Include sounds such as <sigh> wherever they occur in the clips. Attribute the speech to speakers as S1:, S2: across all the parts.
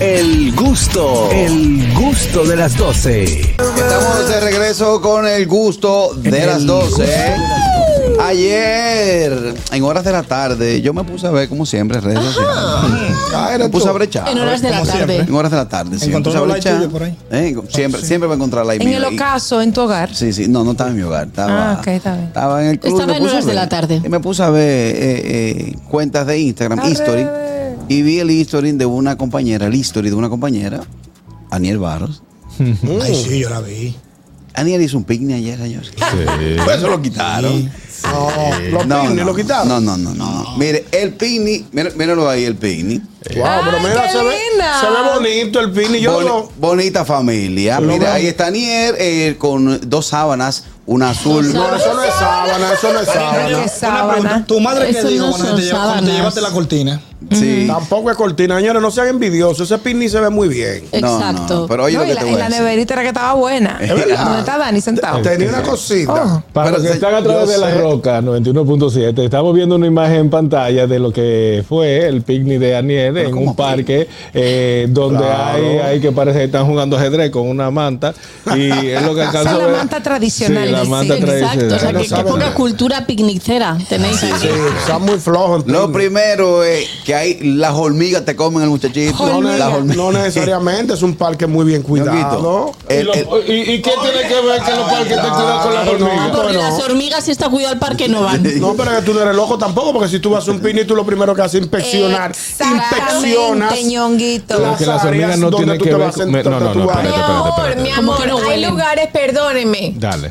S1: El gusto, el gusto de las 12.
S2: Estamos de regreso con el gusto de
S1: El
S2: las
S1: gusto
S2: 12.
S1: de
S2: Ayer, en horas de la tarde, yo me puse a ver, como siempre, redes sociales.
S3: Ah,
S2: me puse a brechar.
S4: En horas de la
S3: Como
S4: tarde.
S3: siempre.
S2: En horas de la tarde, sí.
S3: Encontró
S2: me puse a
S3: un like
S2: brechar.
S3: tuyo por ahí.
S2: Eh, Siempre, siempre me encontré like
S4: En
S2: mío.
S4: el
S2: Y-
S4: ocaso, en tu hogar.
S2: Sí, sí, no, no estaba en mi hogar. Estaba,
S4: Ah, ok, está bien.
S2: Estaba en el club. y
S4: Estaba
S2: me
S4: en
S2: puse a
S4: horas de
S2: ver.
S4: la tarde.
S2: Y me puse a ver eh, eh, cuentas de Instagram,
S4: Arre.
S2: History. Y vi el History de una compañera, el History de una compañera, Aniel Barros.
S3: Ay, sí, yo la vi.
S2: Aniel hizo un picnic ayer, señores.
S3: Pues eso lo quitaron. No, los
S2: No,
S3: picnic
S2: no,
S3: lo quitaron.
S2: No, no, no, no, no. Mire, el picnic, mira- míralo ahí, el picnic.
S3: Wow, pero
S4: Ay,
S3: mira,
S4: qué
S3: se ve,
S4: linda.
S3: se ve bonito el picnic. Yo
S2: Boni-
S3: no.
S2: Bonita familia.
S3: Lo
S2: Mira,
S3: veo.
S2: ahí está Nier eh, con dos sábanas, una azul.
S3: No, eso no es sábana, eso no es
S4: Qué
S3: sábana.
S4: sábana.
S5: ¿Tu madre qué
S4: Eso
S5: dijo
S4: no
S5: cuando
S4: son
S5: te, llevó- cuando te
S4: sábanas.
S5: llevaste la cortina?
S2: Sí.
S3: Tampoco es cortina, señores, no sean envidiosos. Ese picnic se ve muy bien.
S2: No, no,
S4: Exacto.
S2: no, pero oye lo
S4: y
S2: que
S4: la,
S2: te
S4: y
S2: voy a
S4: la
S2: decir.
S4: neverita era que estaba buena.
S2: Es verdad.
S4: ¿Dónde está Dani sentado?
S3: Tenía una cosita.
S6: Para
S2: Pero
S6: los que
S2: se-
S6: están a
S3: yo
S6: través de la
S3: sé.
S6: roca 91.7, estamos viendo una imagen en pantalla de lo que fue el picnic de Aniel en
S2: ¿cómo
S6: un parque eh, donde hay, hay que parece que están jugando ajedrez con una manta.
S3: <laughs>
S6: Y es lo que alcanzó.
S4: la
S6: a ver.
S4: manta tradicional,
S6: Sí, la
S4: sí,
S6: manta
S4: exacto,
S6: tradicional.
S7: Exacto, o sea,
S3: no
S7: que, que
S3: saben
S7: poca
S3: nada.
S7: cultura picnicera tenéis aquí.
S3: Sí, está muy flojo. en
S2: Lo
S3: picnic.
S2: primero es que hay las hormigas te comen al muchachito.
S3: No, ne-
S2: Las hormigas.
S3: no necesariamente, es un parque muy bien cuidado.
S2: Ñonguito,
S6: ¿Y,
S2: el-
S6: lo-
S2: el-
S6: y- y qué tiene que ver que los parques estén cuidados con las
S3: Claro, no,
S6: hormigas?
S7: Porque
S3: bueno.
S7: las hormigas si está cuidado el parque no van.
S3: <laughs> No, pero que tú no eres loco tampoco, porque si tú vas a un picnic, tú lo primero que haces es inspeccionar.
S4: Exactamente,
S3: Inspeccionas.
S4: Ñonguito.
S6: Pero que las
S3: áreas
S6: hormigas no
S3: donde
S6: tienen
S3: tú
S6: que
S3: te
S6: ver
S3: vas a
S6: con. me- No,
S3: sentar,
S6: no,
S3: tú
S6: no,
S3: vas-
S8: Mi
S6: espérate, espérate,
S8: amor, mi
S6: espérate.
S7: Como
S8: amor,
S7: que no
S8: hay
S7: huelen.
S8: lugares, perdóneme,
S6: Dale.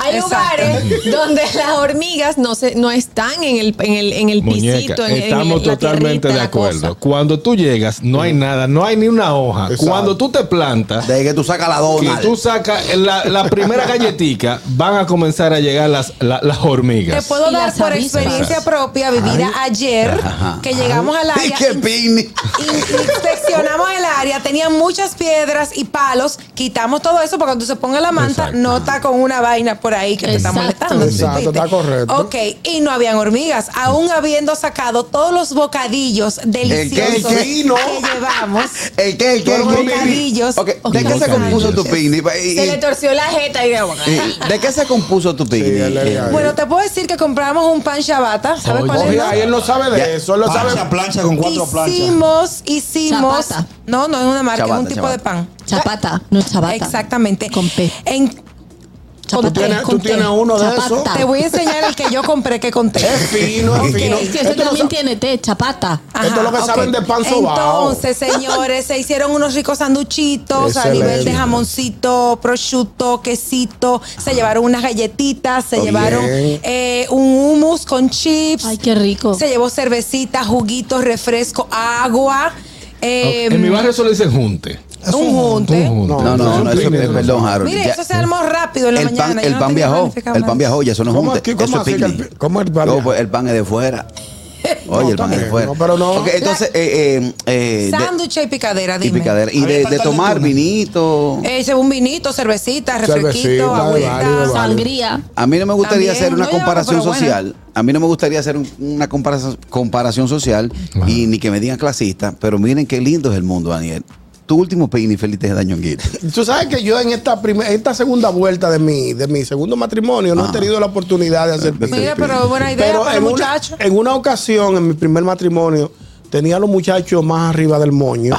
S8: hay lugares <laughs> donde las hormigas no se, no están en el, en el, en el
S6: Muñeca,
S8: pisito, en, el- en
S6: estamos
S8: el- la
S6: totalmente
S8: tierrita,
S6: de
S8: la
S6: acuerdo.
S8: cosa.
S6: Cuando tú llegas, no hay nada, no hay ni una hoja.
S3: Exacto.
S6: Cuando tú te plantas,
S2: de que tú sacas la
S6: que
S2: dona.
S6: tú sacas la, la primera galletica, van a comenzar a llegar las, la- las
S4: Te
S6: hormigas.
S4: puedo
S7: Y
S4: dar
S7: las
S4: por
S7: avispas.
S4: experiencia propia vivida ayer que llegamos al
S2: Ah. Y
S4: área
S2: qué
S4: y-
S2: picnic.
S4: In- Inspeccionamos el área, tenía muchas piedras y palos. Quitamos todo eso porque cuando se ponga la manta,
S6: Exacto.
S4: no está con una vaina por ahí que te está
S7: Exacto.
S4: molestando.
S3: Exacto,
S4: ¿supiste?
S3: está correcto.
S4: Ok, y no habían hormigas, aún habiendo sacado todos los bocadillos deliciosos
S2: qué?
S3: Sí, no.
S4: que llevamos.
S2: El que, el que, el
S4: Los
S2: que-
S4: bocadillos.
S2: Ok, ¿De qué se
S6: Bocadillos.
S2: compuso tu picnic? Y-
S8: Se le torció la jeta y de
S2: y- y- ¿De qué se compuso tu picnic?
S3: él es
S2: Eh,
S3: ahí.
S4: Bueno, te puedo decir que compramos un pan shabata, ¿sabes cuál es?
S3: Oye, ahí él no sabe de
S2: Ya.
S3: eso, él lo sabe.
S5: Plancha, plancha con cuatro planchas.
S4: Hicimos, hicimos.
S7: Ciabatta.
S4: No, no es una marca, es un
S2: Ciabatta,
S4: tipo de
S2: ciabatta.
S4: pan.
S7: Chapata, no chapata.
S4: Exactamente.
S7: Con P.
S4: En-
S7: Chapata,
S3: tienes-
S7: es
S3: tú
S7: Eh, con P.
S3: tienes uno de
S7: Chapata.
S2: Ah.
S3: esos.
S4: te voy a enseñar el que yo compré que conté.
S2: Eh,
S3: Es fino, es fino.
S7: Es que
S3: Esto
S7: eso
S3: no
S7: también
S3: sa-
S7: tiene té, chapata.
S3: Esto es lo que
S4: ok.
S3: saben de pan sobao.
S4: Entonces, señores, se hicieron unos ricos sanduchitos a
S3: Excelente.
S4: nivel de jamoncito, prosciutto, quesito. Se llevaron unas galletitas, se
S2: Bien.
S4: llevaron eh, un hummus con chips.
S7: Ay, qué rico.
S4: Se llevó cervecita, juguitos, refresco, agua. eh,
S8: em.
S6: en mi barrio solo dicen junte.
S4: un junte.
S6: Un junte.
S2: No, no, no,
S3: Es
S2: eso,
S3: un picnic,
S2: eh, perdón, Harold.
S4: Mire,
S2: ya-
S4: eso se armó rápido en la
S2: el
S4: mañana.
S2: pan,
S4: yo
S2: el
S4: no
S2: pan
S4: tenía que
S2: viajó,
S4: planificar
S2: el
S4: más. <laughs>
S2: pan viajó, ya eso no es
S3: ¿Cómo
S2: junta,
S3: aquí? ¿Cómo
S2: eso es
S3: así que el
S2: picnic.
S3: pi- cómo el pan
S2: No,
S3: viajó?
S2: pues, el pan es de fuera. Oye, el pan es de
S3: también,
S2: fuera.
S3: no, pero no.
S2: Ok, entonces, eh, eh, eh, de-
S4: Sándwich y picadera,
S2: y
S4: dime.
S2: picadera. Y
S5: Había
S2: de,
S5: falta
S2: de
S5: el
S2: tomar
S5: atún.
S2: vinito.
S4: Eh, se- un vinito, cervecita,
S3: Cervecita,
S4: refresquito,
S3: de varios, de
S4: agüita.
S3: varios.
S7: Sangría.
S2: A mí no me gustaría
S4: También,
S2: hacer una
S4: no, ya,
S2: comparación
S4: pero bueno.
S2: social. A mí no me gustaría hacer un- una comparación, comparación social y ni que me digan clasista, pero miren qué lindo es el mundo, Daniel. Tu último picnic feliz de Dañonguito.
S3: Tú sabes que yo en esta primera, esta segunda vuelta de mi, de mi segundo matrimonio no
S2: Ah.
S3: he tenido la oportunidad de hacer picnic.
S4: Mira, pero buena idea
S3: Pero
S4: para
S3: en
S4: el
S3: una,
S4: muchacho.
S3: en una ocasión, en mi primer matrimonio, tenía a los muchachos más arriba del moño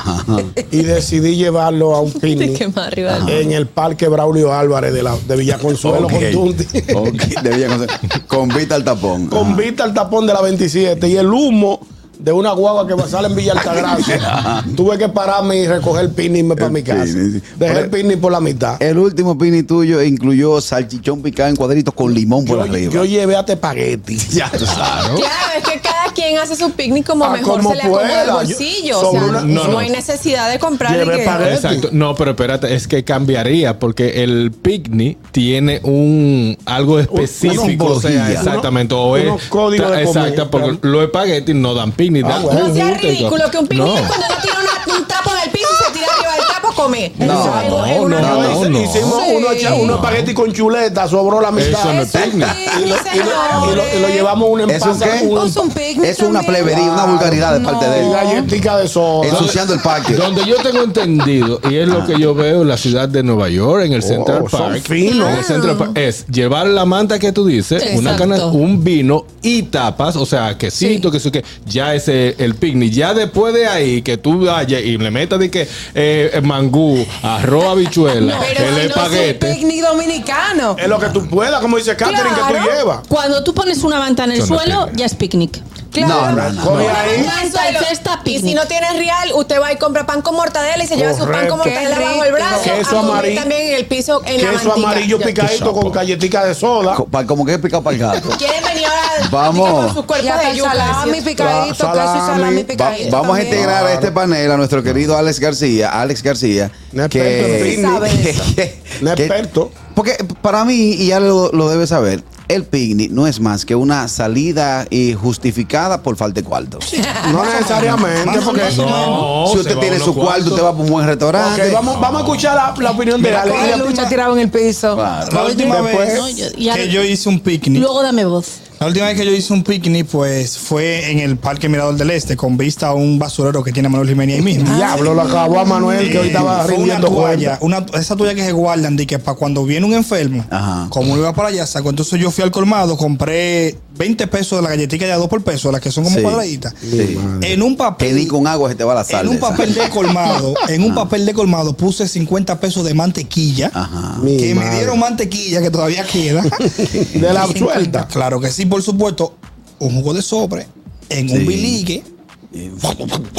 S3: y decidí llevarlo
S2: <laughs>
S3: a un
S7: Qué
S3: picnic
S7: más rival.
S3: en el Parque Braulio Álvarez de, la, de Villaconsuelo
S2: Ok.
S3: con Tunti.
S2: <laughs> Ok, debía conocer. Con Vita al tapón.
S3: con
S2: Ajá.
S3: vista al tapón de la 27 y el humo de una guagua que va a salir en
S2: <laughs>
S3: Villa Altagracia. Tuve que pararme y recoger el picnic y me para
S2: Ah. El
S3: mi casa.
S2: picnic, sí.
S3: Dejé el
S2: Pero-
S3: picnic por la mitad.
S2: El último picnic tuyo incluyó salchichón picado en cuadritos con limón por
S3: Yo,
S2: arriba.
S3: yo llevé a espagueti.
S2: <laughs> ya tú sabes.
S8: Claro, es que cada quien hace su picnic como
S3: Ah,
S8: mejor
S3: como
S8: se le acomoda el
S3: pueda.
S8: bolsillo.
S3: Yo-
S8: o sea,
S3: sobre una-
S8: no,
S6: no, no.
S8: hay necesidad de comprar
S3: Lleve
S8: y que-
S3: pared.
S6: Exacto. No, pero espérate, es que cambiaría porque el picnic tiene un algo específico, o sea,
S2: unos-
S6: exactamente, o es
S3: unos códigos de comida.
S6: exacto, porque los espaguetis no dan picnic, dan
S3: bueno.
S8: No sea
S6: conjunto y todo.
S8: ridículo que un picnic
S6: No.
S8: cuando no tiene una- un tapo en el piso y se tira arriba del tapo, comer.
S2: No,
S8: Eso es
S6: no,
S8: en una
S6: no,
S8: noche.
S6: no.
S3: Hice- Hicimos
S4: Sí.
S3: unos cha- unos espagueti con chuleta, sobró la mitad.
S6: Eso no es
S8: Eso es
S6: picnic.
S3: y, lo,
S8: picnic,
S3: y lo- y lo- y lo
S8: señores.
S3: llevamos a un
S2: ¿Es un
S3: empaque.
S2: qué?
S3: un-
S4: Pues un picnic
S2: Eso es una
S4: también.
S2: plebería, una vulgaridad de
S4: No.
S2: parte de
S3: y
S2: él.
S3: galletica de soda.
S2: Ensuciando el parque.
S6: Donde yo tengo entendido, y es lo que yo veo en la ciudad de Nueva York, en el Central
S3: Oh, son
S6: Park,
S3: finos.
S6: en el Central Park, es llevar la manta que tú dices, una
S7: Exacto.
S6: cana- un vino y tapas, o sea, quesito, que eso que ya es eh, el picnic. Ya después de ahí, que tú vayas y le metas de que eh, mangú, arroz, habichuela,
S4: Pero
S6: el
S4: si no es un
S6: espaguete.
S4: picnic dominicano.
S3: Es lo que tú puedas, como dice Catherine, que tú
S7: Claro,
S3: llevas.
S7: Cuando tú pones una manta en el
S6: Eso no es
S7: suelo,
S6: picnic.
S7: ya es picnic.
S2: No, no, no.
S3: Coge
S8: Una manta
S3: ahí.
S8: en
S7: Manta y
S8: suelo.
S7: cesta,
S8: Y si
S7: picnic.
S8: no tienes real, usted va y compra pan con mortadela y se lleva su pan con
S3: Correcto.
S8: mortadela
S4: Qué
S8: bajo el
S4: rico.
S8: brazo.
S3: Queso
S8: a comer
S3: amarillo.
S8: También en el piso, en la
S3: Queso
S8: mantica.
S3: amarillo
S8: Ya.
S3: picadito con galletica de soda.
S2: Co- pa- Como que he picado para el gato.
S8: ¿Quieren venir ahora a-
S2: Vamos.
S8: con sus
S4: Ya
S8: cuerpos
S4: está
S8: de
S4: el
S8: yuca?
S4: salami
S8: ¿sí?
S4: picadito, queso y
S3: Salami.
S4: salami
S2: Va-
S4: picadito.
S2: vamos a
S4: también.
S2: integrar a este panel a nuestro querido Alex García, Alex García,
S3: Un experto en
S2: que,
S3: picnic.
S4: Sabe eso.
S2: <laughs> que-
S3: Un
S2: que-
S3: experto.
S2: Porque para mí, y ya lo, lo debe saber, el picnic no es más que una salida eh, justificada por falta de cuarto.
S3: No necesariamente, porque.
S6: No,
S2: si
S6: Oh, se
S2: usted
S6: va
S2: tiene
S6: uno
S2: su cuarto, usted va por un buen restaurante.
S3: Ok, vamos, vamos a escuchar la, la opinión de
S4: Toda
S3: Ale.
S4: la lucha tirado en el piso.
S2: Claro.
S5: La última
S3: Después-
S5: vez
S7: No, yo- ya-
S5: que yo hice un picnic,
S7: Luego dame voz.
S5: la última vez que yo hice un picnic, pues fue en el Parque Mirador del Este, con vista a un basurero que tiene Manuel Jiménez ahí mismo.
S3: Diablo, lo acabó a Manuel, Ah. que hoy estaba
S5: Fue una
S3: rindiendo
S5: toalla,
S3: cuenta.
S5: una, esa toalla que se guardan, de que para cuando viene un enfermo,
S2: Ajá.
S5: como uno iba para allá, saco. Entonces yo fui al colmado, compré 20 pesos de la galletita de a 2 por peso, las que son como
S2: Sí.
S5: cuadraditas.
S2: Sí.
S5: En un
S2: Que ni
S5: papel.
S2: con agua se te va la sal.
S5: En un
S2: esa.
S5: papel de colmado, en un papel de colmado puse 50 pesos de mantequilla,
S2: Ajá.
S3: Mi
S5: que me
S3: madre.
S5: dieron mantequilla que todavía queda.
S3: De la
S5: Y 50,
S3: suelta.
S5: Claro que sí, por supuesto, un jugo de sobre en
S2: Sí.
S5: un bilique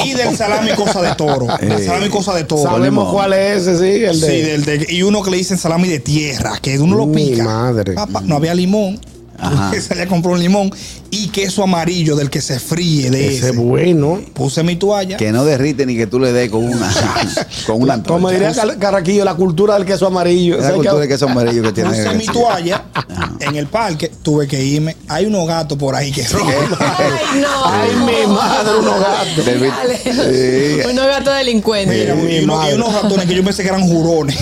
S5: y del salami cosa de toro.
S2: Eh,
S5: Del salami cosa de toro.
S3: Sabemos
S2: Volvemos.
S3: cuál es ese, sí, el de.
S5: Sí, del de- y uno que le dicen salami de tierra, que uno lo
S3: Mi
S5: pica.
S3: madre.
S5: Papá, no había limón.
S2: Ajá.
S5: Tuve que salir a comprar un limón y queso amarillo del que se fríe de
S3: ese
S5: ese.
S3: es bueno. eh,
S5: Puse mi toalla.
S2: Que no derrite ni que tú le des con una
S3: <laughs>
S2: con una
S3: Como
S2: antorcha.
S3: diría Car- Carraquillo, la cultura del queso amarillo.
S2: Es
S3: O sea,
S2: la
S3: que-
S2: cultura de queso amarillo que tiene.
S5: Puse mi
S2: García.
S5: toalla en el parque, tuve que irme. Hay unos gatos por ahí que <laughs> roban.
S8: Ay, no.
S3: Ay, mi madre, unos gatos.
S2: Del- Sí.
S8: Unos gatos delincuentes.
S5: Mira,
S3: mi
S5: y, uno-
S3: madre.
S5: y unos ratones que yo pensé que eran <laughs> jurones.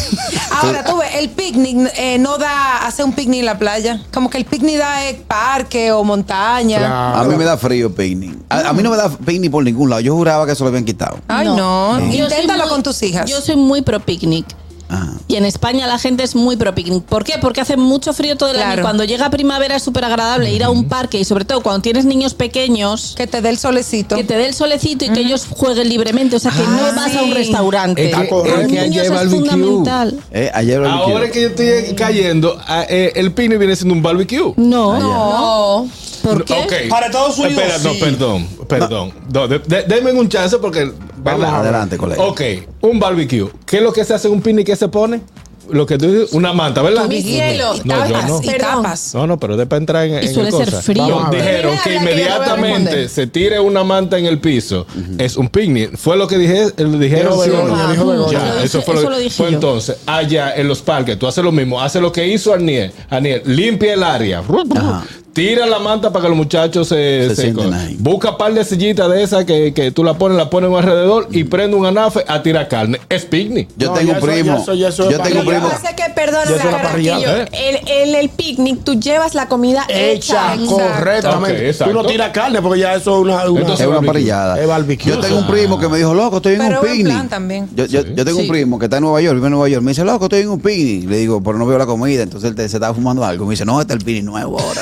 S4: Ahora tú ves, el picnic eh, no da hacer un picnic en la playa. Como que el picnic da eh, parque o montaña.
S3: Claro.
S2: A mí me da frío picnic. A, a mí no me da picnic por ningún lado. Yo juraba que eso lo habían quitado.
S4: Ay, no.
S7: Yo soy
S4: Inténtalo
S7: muy-
S4: con tus hijas.
S7: Yo soy muy pro picnic.
S2: Ah.
S7: Y en España la gente es muy pro picnic. ¿Por qué? Porque hace mucho frío todo el año.
S4: Claro.
S7: y Cuando llega primavera es súper agradable ir a un parque y sobre todo cuando tienes niños pequeños.
S4: que te dé el solecito.
S7: Que te dé el solecito y que ellos jueguen libremente, o sea que no vas a
S4: Ah,
S7: un
S4: sí.
S7: restaurante.
S6: Es que-
S7: Con
S6: es que allá
S7: niños
S6: hay
S7: es
S6: barbecue.
S7: fundamental.
S2: Eh, ayer lo
S6: Ahora es que yo estoy cayendo, a- eh, el picnic viene siendo un barbecue.
S7: No,
S8: No.
S7: ¿por qué?
S6: Ok.
S5: Para Estados Unidos,
S6: Espera, no,
S5: sí.
S6: perdón, perdón. No, de- de- denme un chance porque.
S2: Vamos
S6: ¿verdad?
S2: adelante, colega.
S6: Ok, un barbecue. ¿Qué es lo que se hace en un picnic que se pone? Lo que tú dices, una manta, ¿verdad?
S8: Mi cielo.
S4: Y
S6: No, yo
S4: tapas,
S6: no.
S4: y
S8: Perdón.
S4: tapas.
S6: No, no, pero después entrar en, en
S7: suele ser
S6: cosas.
S7: frío.
S6: No,
S7: Vamos a ver.
S6: dijeron
S8: Primera la que yo le
S6: que
S8: voy a
S6: inmediatamente
S8: responder.
S6: se tire una manta en el piso. Es un picnic. Fue lo que dije, eh, lo dijeron.
S3: Dijo
S6: ¿sí o
S3: Begoña,
S6: no?
S3: dijo Begoña.
S6: Ya,
S7: Yo lo
S6: eso
S7: dije-
S6: fue lo,
S7: eso lo dije
S6: fue
S7: yo.
S6: entonces. Allá en los parques, tú haces lo mismo. Haces lo que hizo Aniel. Aniel, limpia el área. Tira la manta para que los muchachos se,
S2: Se sienten
S6: co-
S2: ahí.
S6: Busca un par de sillitas de esas que, que tú la pones, la pones alrededor y prende un anafe a tirar carne. Es picnic.
S2: Yo
S3: No,
S2: tengo
S3: Mm. ya
S2: un
S3: eso- ya
S2: primo.
S3: eso- ya eso es
S2: yo tengo un
S8: Lo que
S2: primo.
S3: parrillada.
S8: pasa es que, perdóname,
S3: Ya es una
S8: Carraquillo,
S3: parrillada,
S8: el, el, el picnic, tú llevas la comida
S3: Hecha
S8: hecha.
S6: Ok,
S3: correctamente.
S6: exacto.
S3: Tú no tiras carne porque ya eso es una. una-
S2: Es
S6: Entonces,
S2: una
S6: barbecue.
S2: parrillada.
S3: Es barbecue.
S2: Yo tengo un primo que me dijo, loco, estoy en
S4: Pero
S2: un
S4: buen
S2: picnic.
S4: plan también.
S2: Yo, yo- yo tengo un primo que está en Nueva York, vive en Nueva York. Me dice, loco, estoy en un picnic. Le digo, pero no veo la comida. Entonces él te- se estaba fumando algo. Me dice, no, este es el picnic nuevo
S3: <laughs>
S2: ahora.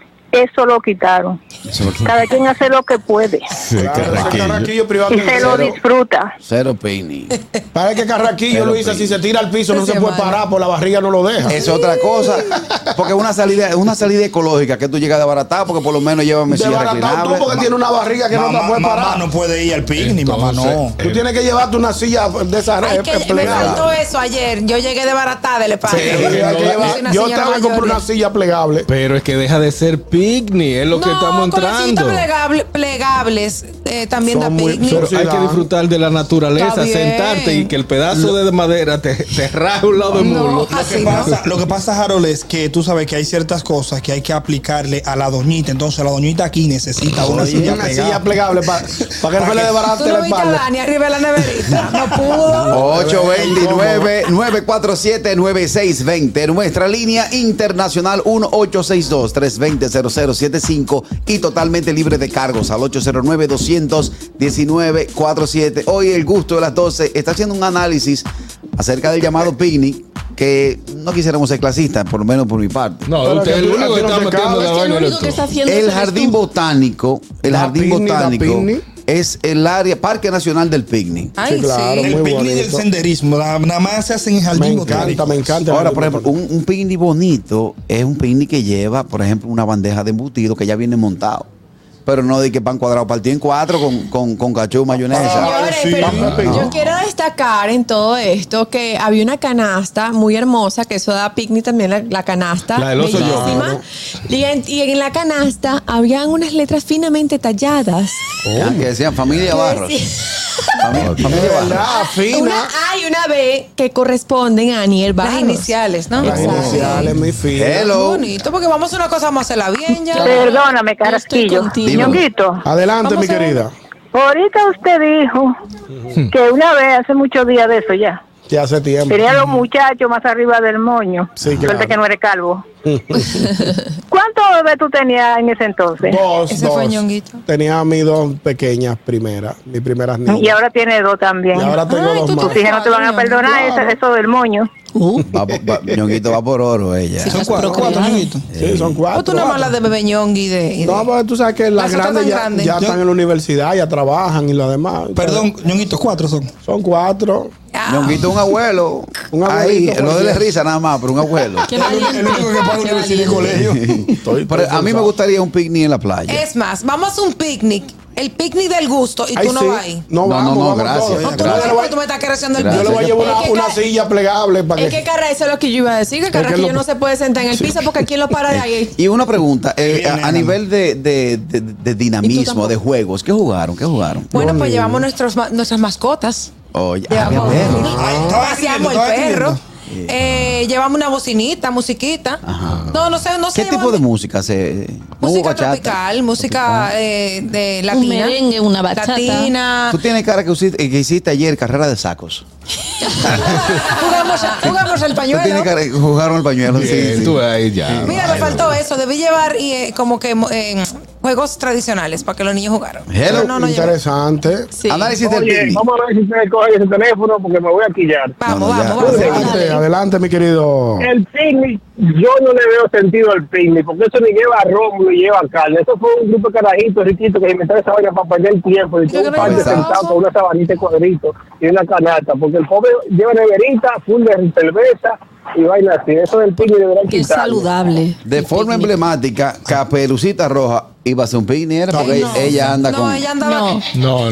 S9: eso lo quitaron. Cada quien hace lo que puede
S3: Claro, ese carraquillo privado.
S9: y se lo
S3: Pero-
S9: disfruta.
S2: Cero picnic.
S3: Para que Carraquillo,
S2: Pero,
S3: Luisa,
S2: pero-
S3: si se tira al piso, no
S4: Ese
S3: se puede
S4: malo.
S3: parar, por la barriga no lo deja.
S2: Es otra cosa. Porque una salida, una salida ecológica que tú llegas de baratar, porque por lo menos lleva
S3: De
S2: mesilla
S3: baratado tú
S2: reclinable.
S3: porque tiene una barriga que no
S5: mamá,
S3: te puede
S5: mamá
S3: parar.
S5: no puede ir al picnic, mamá no.
S3: Tú tienes que llevarte una silla de esa
S4: Ay,
S3: red
S4: que me
S3: plegable.
S4: faltó eso ayer. Yo llegué de baratada del
S3: eh, Sí,
S4: espacio.
S3: hay que
S6: no,
S3: llevar-
S4: Soy una
S3: Yo
S4: señora
S3: tengo que comprar
S4: mayor.
S3: una silla plegable.
S6: Pero es que deja de ser picnic, es lo que
S4: No,
S6: estamos
S4: colchoncitos
S6: entrando.
S4: plegable- plegables eh, también da
S3: Son muy-
S4: picnic.
S6: Pero
S3: Sí,
S6: hay
S3: da.
S6: que disfrutar de la naturaleza,
S4: Está bien.
S6: sentarte y que el pedazo de madera te, te raje un lado del muro.
S5: <laughs> Lo que, pasa, lo que pasa, Harold, es que tú sabes que hay ciertas cosas que hay que aplicarle a la doñita. Entonces, la doñita aquí necesita una silla
S3: una
S5: pegada.
S3: silla plegable para que no se le
S4: Tú
S3: desbarate
S4: no
S3: la
S4: viste a
S3: espalda.
S4: Dani arriba de la neverita. No pudo.
S2: 829-947-9620. Nuestra línea internacional 1862-320-0075 y totalmente libre de cargos al 809-219-47. Hoy el gusto de las 12 está haciendo un análisis acerca del llamado picnic que no quisiéramos ser clasistas, por lo menos por mi parte.
S6: No,
S3: Pero
S6: usted
S3: que
S6: el
S3: tú
S6: único
S3: no
S6: que está
S3: tienes
S6: metiendo
S3: pecado.
S6: la
S7: Es que
S6: vaina
S7: lo
S6: eres
S7: único que
S6: tú.
S7: está haciendo
S2: El
S7: eres tú.
S2: jardín botánico, el
S3: Da
S2: jardín
S3: picnic, da
S2: botánico
S3: picnic.
S2: es el área, Parque Nacional del Picnic.
S4: Ay, sí.
S3: claro.
S5: El
S3: Muy
S5: picnic del
S3: bonito.
S5: senderismo. la- nada más se hacen en el jardín
S3: Me
S5: botánico.
S3: encanta, me encanta.
S2: Ahora, por ejemplo, un, un picnic bonito es un picnic que lleva, por ejemplo, una bandeja de embutido que ya viene montado. Pero no de que pan cuadrado, partido en cuatro con, con, con cachú,
S4: Oh.
S2: mayonesa.
S8: Señores,
S5: sí.
S8: pero
S5: Ah,
S8: yo quiero destacar en todo esto que había una canasta muy hermosa, que eso da picnic también, la, la canasta.
S6: La del oso
S8: bellísima. Y, en, y en la canasta habían unas letras finamente talladas.
S2: Ya, que decían familia Barros. Familia, familia Barros.
S3: Ah,
S8: Una
S3: fina.
S8: A y una B que corresponden a Aniel Barros.
S4: Las iniciales, ¿no?
S3: Las
S8: Exacto.
S3: iniciales, mi fina.
S2: Hello.
S4: Bonito, porque vamos a una cosa, vamos a hacerla bien ya.
S9: Perdóname,
S8: Yo estoy
S9: Carrasquillo.
S8: contigo.
S9: Ñonguito,
S3: Adelante, mi
S4: Vamos a-
S3: querida.
S9: ahorita usted dijo que una vez, hace muchos días de eso ya,
S3: Ya hace tiempo.
S9: tenía a los muchachos más arriba del moño.
S3: Sí, claro.
S9: Suerte que no eres calvo. ¿Cuántos bebés tú tenías en ese entonces?
S3: Dos,
S4: Ese fue
S3: dos.
S4: Ñonguito.
S3: Tenía a mis dos pequeñas primeras, mis primeras niñas.
S9: Y ahora tiene dos también.
S3: Y ahora tengo
S4: Ay,
S3: dos
S4: tú
S3: más.
S9: Tus hijas no te van a perdonar
S3: Claro.
S9: eso, eso del moño.
S4: Uh,
S2: Va por- va- Ñonguito va por oro ella.
S5: Son cuatro, cuatro, amiguito.
S3: Sí, son
S4: O
S3: cuatro.
S4: tú nada más la
S3: cuatro.
S4: de Bebe Ñongui y de. y de-
S3: No, pero tú sabes que las
S4: Las otras
S3: grandes
S4: son
S3: ya,
S4: grandes.
S3: ya
S5: Yo-
S3: están en la universidad, ya trabajan y lo demás.
S5: Perdón, ñonguito, cuatro son.
S3: Son cuatro.
S4: Ah,
S2: Ñonguito un abuelo.
S3: Un
S2: ahí,
S3: abuelito
S2: no dele
S3: cualquiera.
S2: risa nada más, pero un abuelo.
S4: <laughs>
S7: Qué valiente.
S5: El único que paga
S7: Qué
S5: universidad y
S7: valiente.
S5: colegio.
S3: Estoy-
S2: Pero
S3: estoy
S2: a mí me
S3: cansado.
S2: gustaría un picnic en la playa.
S4: Es más, vamos a un picnic. El picnic del gusto y
S3: Ay,
S4: tú no
S3: sí.
S4: vas ahí.
S3: No,
S2: No,
S3: vamos,
S2: no, no,
S3: vamos
S2: gracias.
S3: todos.
S2: No,
S4: Tú no
S2: Gracias.
S4: vas
S3: Yo le
S4: porque tú
S3: voy-
S4: me estás creciendo el
S3: Yo le
S2: Gracias.
S4: gusto.
S3: voy a llevar
S8: Es
S3: una,
S8: que
S3: una
S8: ca-
S3: silla plegable para
S8: Es
S3: que.
S8: que Carra, eso es lo que yo iba a decir, que
S3: que
S8: Carraquillo
S3: lo-
S8: no se puede sentar en el piso porque aquí lo para de
S2: <laughs>
S8: ahí.
S2: Y una pregunta, eh,
S5: Bien,
S2: a, a
S5: Ana.
S2: nivel de, de- de- de dinamismo, de juegos, ¿qué jugaron? ¿Qué jugaron?
S4: Bueno, pues llevamos nuestros, ma- nuestras mascotas.
S2: Oye, había
S4: Llevamos,
S2: perros.
S5: Ah, estaba escribiendo,
S4: paseamos el
S5: estaba
S4: perro. Eh, llevamos una bocinita, musiquita. No, no sé, no sé.
S2: ¿Qué tipo de música se.? no hubo
S4: Música
S2: bachata?
S4: tropical, música eh, de latina.
S7: merengue, una bachata.
S4: Latina.
S2: Tú tienes cara que hiciste, que hiciste ayer carrera de sacos.
S4: jugamos,
S2: <laughs>
S4: jugamos el
S2: Tú tienes
S4: pañuelo.
S2: cara que jugaron el pañuelo. sí,
S6: Bien,
S2: sí.
S6: tú ahí ya.
S4: Mira, me faltó eso. Debí llevar y, eh, como que mo- en juegos tradicionales para que los niños jugaran.
S2: Hello.
S4: Pero no, no llevé.
S3: Interesante.
S7: Sí.
S2: Análisis del picnic.
S10: Vamos a ver si ustedes cogen ese teléfono porque me voy a quillar.
S4: Vamos,
S2: No, no, ya.
S4: vamos, vamos.
S3: Adelante, adelante, mi querido.
S10: El picnic, yo no le veo sentido al picnic, porque eso ni lleva romo ni lleva carne. Eso fue un grupo de carajitos riquitos que inventaron esa vaina para perder el tiempo. Y
S4: Yo
S10: todo un
S4: creo
S10: par
S4: que
S10: de
S4: no.
S10: sentados con una sabanita de cuadrito y una canasta, porque el pobre lleva neverita, full de cerveza y vaina así. Eso del picnic deberá
S7: Qué
S10: quitar.
S7: saludable.
S2: De
S7: El
S2: forma
S7: picnic.
S2: emblemática, Caperucita Roja iba a ser un picnic, era porque
S4: No,
S2: ella anda
S4: no,
S2: con.
S4: ella andaba.
S7: No.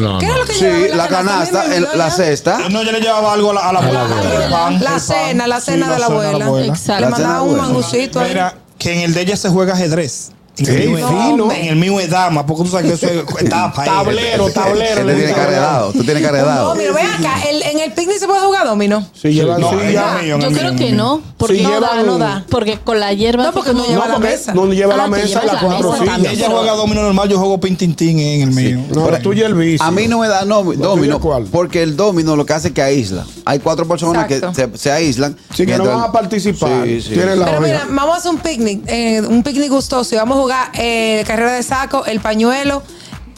S6: No, no,
S4: ¿Qué
S6: no.
S4: era lo que
S2: Sí,
S4: llevaba en
S2: la
S4: A mí
S2: canasta,
S4: me
S2: el-
S4: olvidó
S2: la
S4: ya.
S2: cesta.
S5: Ah, No, yo le llevaba algo a la, a la abuela.
S4: abuela.
S5: El pan,
S4: La
S5: el pan.
S4: cena, la cena de la abuela.
S7: Exacto.
S4: Le
S2: La cena
S4: mandaba un
S2: buena.
S4: mangucito ahí.
S5: Mira, que en el de ella se juega ajedrez. En el
S3: Sí,
S5: mío es-
S3: fino.
S5: En el mío es dama, porque tú sabes que eso es etapa. ahí.
S3: Tablero, tablero.
S2: Él
S3: le
S2: te Este, tiene
S3: gusta
S2: cara de
S3: hablar.
S2: dado, tú tienes cara de
S4: No,
S2: dado.
S4: mira, ve acá. el- en el picnic se puede jugar domino.
S3: Si llevan
S5: No,
S3: silla.
S5: ella-
S7: yo
S5: mío, mío,
S7: creo
S5: mío,
S7: que
S5: mío.
S7: no, porque
S3: Sí,
S7: no da,
S3: llevan-
S7: no da, porque con la hierba
S4: No, porque
S7: tú
S4: no
S7: como-
S4: lleva la
S3: porque
S4: mesa.
S3: No lleva la
S7: Ah, te
S3: mesa
S7: llevas
S3: y las
S7: la
S3: cuatro
S7: mesa
S3: sillas.
S7: también.
S5: Ella juega domino normal, yo juego pintintín en el mío.
S3: No, pero tú y el bici.
S2: A mí no me da no,
S3: tuyo
S2: domino,
S3: cuál?
S2: porque el domino lo que hace es que aísla. Hay cuatro personas
S4: Exacto.
S2: que se, se aíslan.
S3: Sí, que no
S2: mientras-
S3: van a participar.
S2: Sí, sí.
S3: Tienen la
S4: Pero mira,
S3: oreja.
S4: vamos a hacer un picnic, eh, un picnic gustoso. Y vamos a jugar eh, carrera de saco, el pañuelo,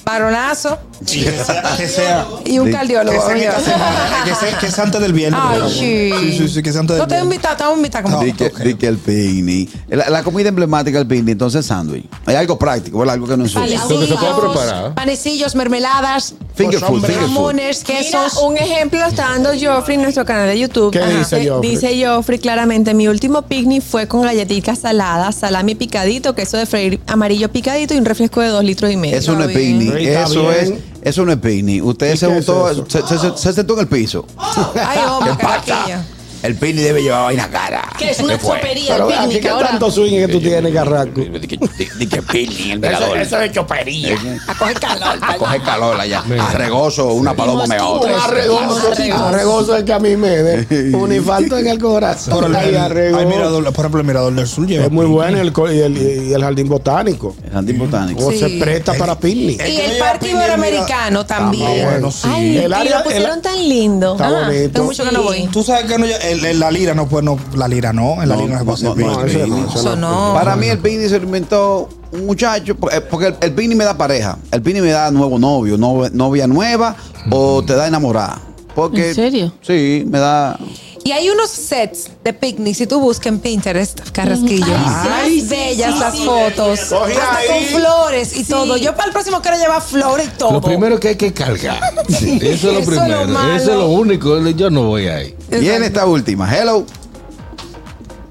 S4: varonazo
S5: Y que sea, que sea,
S4: y un
S2: Sí.
S5: que
S4: cardiólogo.
S5: sea en esta
S4: oye.
S5: semana, que sea, que sea antes del viernes. por
S4: Ay,
S5: favor.
S4: sí.
S5: sí, sí, sí, que sea antes
S4: No te voy
S5: del
S4: a
S5: viernes.
S4: invitar, te voy a invitar como.
S2: Di que, di que el picnic. La, la comida emblemática del picnic, entonces sándwich. Hay algo práctico, ¿verdad? Algo que no es sucio.
S6: Lo que se puede preparar.
S4: panecillos, mermeladas,
S2: Finger
S3: Pues,
S2: food,
S3: hombre,
S2: finger food.
S4: jamones,
S8: Mira,
S4: quesos.
S8: un ejemplo está dando Joffrey en nuestro canal de YouTube.
S3: ¿Qué dice
S8: Eh,
S3: Joffrey?
S8: Dice Joffrey claramente, mi último picnic fue con galletitas saladas, salami picadito, queso de freír amarillo picadito y un refresco de dos litros y medio.
S2: Eso no es
S4: Está bien.
S2: picnic.
S3: Sí, está
S2: Eso es,
S3: bien.
S2: eso no es picnic. Usted
S3: ¿Y
S2: se
S3: qué es
S2: juntó,
S3: eso?
S7: Oh,
S2: se, se- se- se sentó en el piso.
S4: Ay, hombre,
S2: <laughs> ¿Qué pasa?
S4: caraquilla.
S2: El picnic debe llevar vaina cara.
S7: Que es una
S2: ¿Qué fue?
S7: chopería el
S3: Pero aquí
S7: picnic
S3: qué
S7: ahora.
S3: tanto swing es que tú tienes, Carrasco.
S2: Di que- di- di que picnic, el
S10: Eso,
S2: mirador.
S10: eso es chopería.
S7: A coger calor.
S2: A coger calor allá.
S6: Mira.
S2: A regozo, una paloma me
S7: mosquito.
S2: otra.
S3: Arregoso, arregoso es que a mí
S2: <laughs>
S3: me dé un infarto en el
S5: Por
S3: corazón.
S5: el,
S3: Ay, arregoso.
S5: hay mirador, por ejemplo, el Mirador del Sur lleva
S3: Es muy
S5: picnic.
S3: bueno y el, co- y el- y el jardín botánico.
S2: El jardín botánico.
S3: O
S4: Sí.
S3: se
S2: Eh,
S3: presta para picnic.
S5: Es
S4: Y
S5: que
S4: el
S5: lleva
S4: Parque
S5: picnic,
S4: Iberoamericano
S3: Ah,
S4: también.
S3: bueno,
S5: sí.
S8: Ay,
S3: El
S8: el
S3: área-
S8: lo pusieron
S3: el-
S8: tan lindo.
S3: Está
S8: Ah,
S4: Tengo
S3: bonito.
S4: mucho que no voy.
S5: Tú sabes que no, el- el- la lira no puede, no, la lira no, en la
S2: No,
S5: lira no se puede
S2: no,
S5: hacer
S2: no,
S5: picnic.
S3: eso no, eso
S4: Eso no.
S2: Para mí el picnic se lo inventó un muchacho, por- eh, porque el, el picnic me da pareja, el picnic me da nuevo novio, no- novia nueva o te da enamorada. Porque,
S7: ¿En serio?
S2: Sí, me da...
S4: Y hay unos sets de picnic, si tú buscas en Pinterest, Carrasquillo.
S7: Ay, sí,
S4: Ay, bellas
S7: sí,
S4: las
S7: sí.
S4: fotos.
S3: Cogí
S4: Hasta
S3: ahí.
S4: con flores y todo. Yo para el próximo quiero llevar flores y todo.
S6: Lo primero que hay que
S4: <laughs>
S6: cargar. Eso es
S4: Eso
S6: lo
S4: es lo
S6: primero.
S4: malo.
S6: eso es lo único. Yo no voy ahí.
S2: Viene esta última. Hello.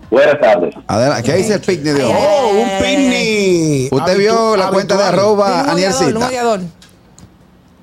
S10: Buenas tardes.
S2: Adelante. ¿Qué dice el picnic de hoy?
S3: Oh, un picnic.
S2: Usted vio la cuenta de
S4: Un
S2: arroba
S4: odiador, un
S2: Anielcita.
S4: odiador.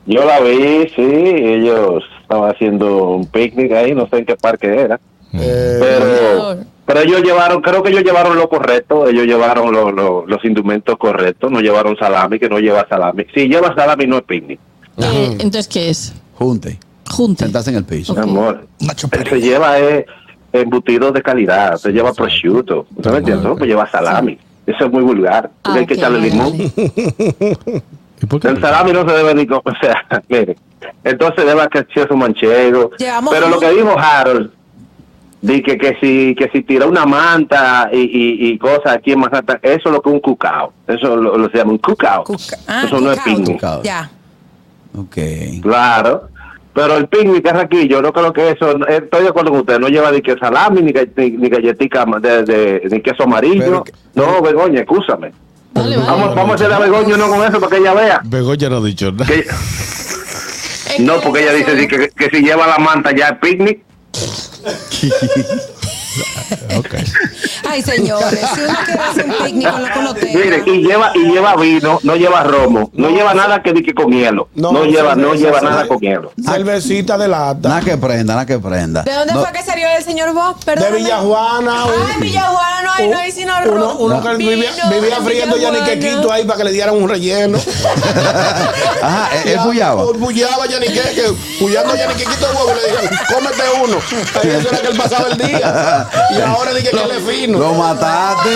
S10: Yo la vi, sí, ellos estaban haciendo un picnic ahí, no sé en qué parque era.
S4: Eh,
S10: pero, pero ellos llevaron, creo que ellos llevaron lo correcto, ellos llevaron lo- lo- los indumentos correctos, no llevaron salami, que no lleva salami. Si lleva salami no es picnic,
S7: Eh, Entonces, ¿qué es?
S2: Junte.
S7: Junte.
S2: Sentarse en el piso.
S10: mi amor.
S5: Una chopería.
S10: Se lleva eh, embutidos de calidad, se lleva prosciutto, ¿no me entiendes? No, pues lleva salami. Eso es muy vulgar,
S7: Ah,
S10: hay que
S7: ok,
S10: echarle
S7: vale,
S10: limón.
S7: vale.
S6: ¿Y por qué?
S10: El salami no se debe ni comer, <laughs> o sea, mire. Entonces debe hacer su manchego.
S4: Llevamos
S10: Pero
S4: jamón.
S10: lo que dijo Harold, di que, que si que si tira una manta y, y, y cosas aquí en Manhattan, eso es lo que es un cucao. Eso lo, lo se llama un cucao.
S4: Cuca- ah,
S10: eso no es
S4: cucao.
S10: picnic.
S4: Ya.
S2: Ok.
S10: Claro. Pero el picnic es aquí, yo no creo que eso, estoy de acuerdo con usted, no lleva ni que salami, ni, ga- ni, ni galletica de, de- ni queso amarillo.
S2: Pero que-
S10: no, Begoña, escúchame.
S7: Vale,
S10: Vamos,
S7: vale.
S10: vamos a hacer a Begoña no con eso para que ella vea.
S6: Begoña no ha dicho nada.
S2: Eh,
S10: Que-
S4: Este
S10: No, porque ella dice sí, que, que si lleva la manta ya es picnic.
S6: Ok.
S4: Ay, señores, si uno quiere hacer un picnic con lo que uno
S10: Mire,
S4: tenga.
S10: y lleva y lleva vino, no lleva romo, no, lleva nada que di que con hielo. No, lleva no lleva nada con hielo.
S3: Cervecita de lata.
S2: Nada que prenda, nada que prenda.
S4: ¿De dónde
S2: No,
S4: fue que salió el señor Bob?
S3: De
S4: Perdóname.
S3: Villajuana.
S4: Ay,
S3: un-
S4: Villajuana, no hay, no hay sino arroz.
S3: Uno, uno que
S4: Vino,
S3: vivía, vivía friendo ya ni
S4: Villajuana.
S3: quequito ahí para que le dieran
S2: <laughs>
S3: un relleno.
S2: Ajá, Eh, él- él bullaba.
S3: Bullaba ya ni que, que bullando ya ni quequito de huevo. y Le dijeron, cómete uno. Ahí eso era que él pasaba el día. Y ahora dije que él es fino.
S2: Lo mataste.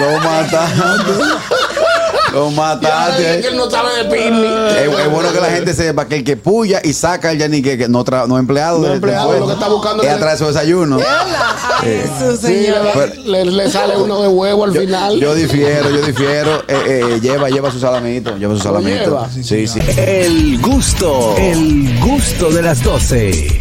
S2: Lo mataste. Lo
S3: Y ahora dije
S2: mataste.
S3: que él no sabe de picnic.
S2: Es, es bueno que la gente sepa que el que puya y saca el yanique, que no, tra- no empleado,
S3: No
S2: del- del
S3: empleado,
S2: puesto,
S3: lo que está buscando
S2: es
S3: es-
S2: atrás de su desayuno.
S4: Ay, Jesús,
S3: Sí, le,
S4: señor.
S2: Pero-
S3: le- le sale uno de huevo al final.
S2: Yo difiero, yo difiero. Eh, eh, lleva, lleva su salamito, lleva su salamito.
S3: lleva?
S2: Sí, sí.
S1: El gusto, el gusto de las 12.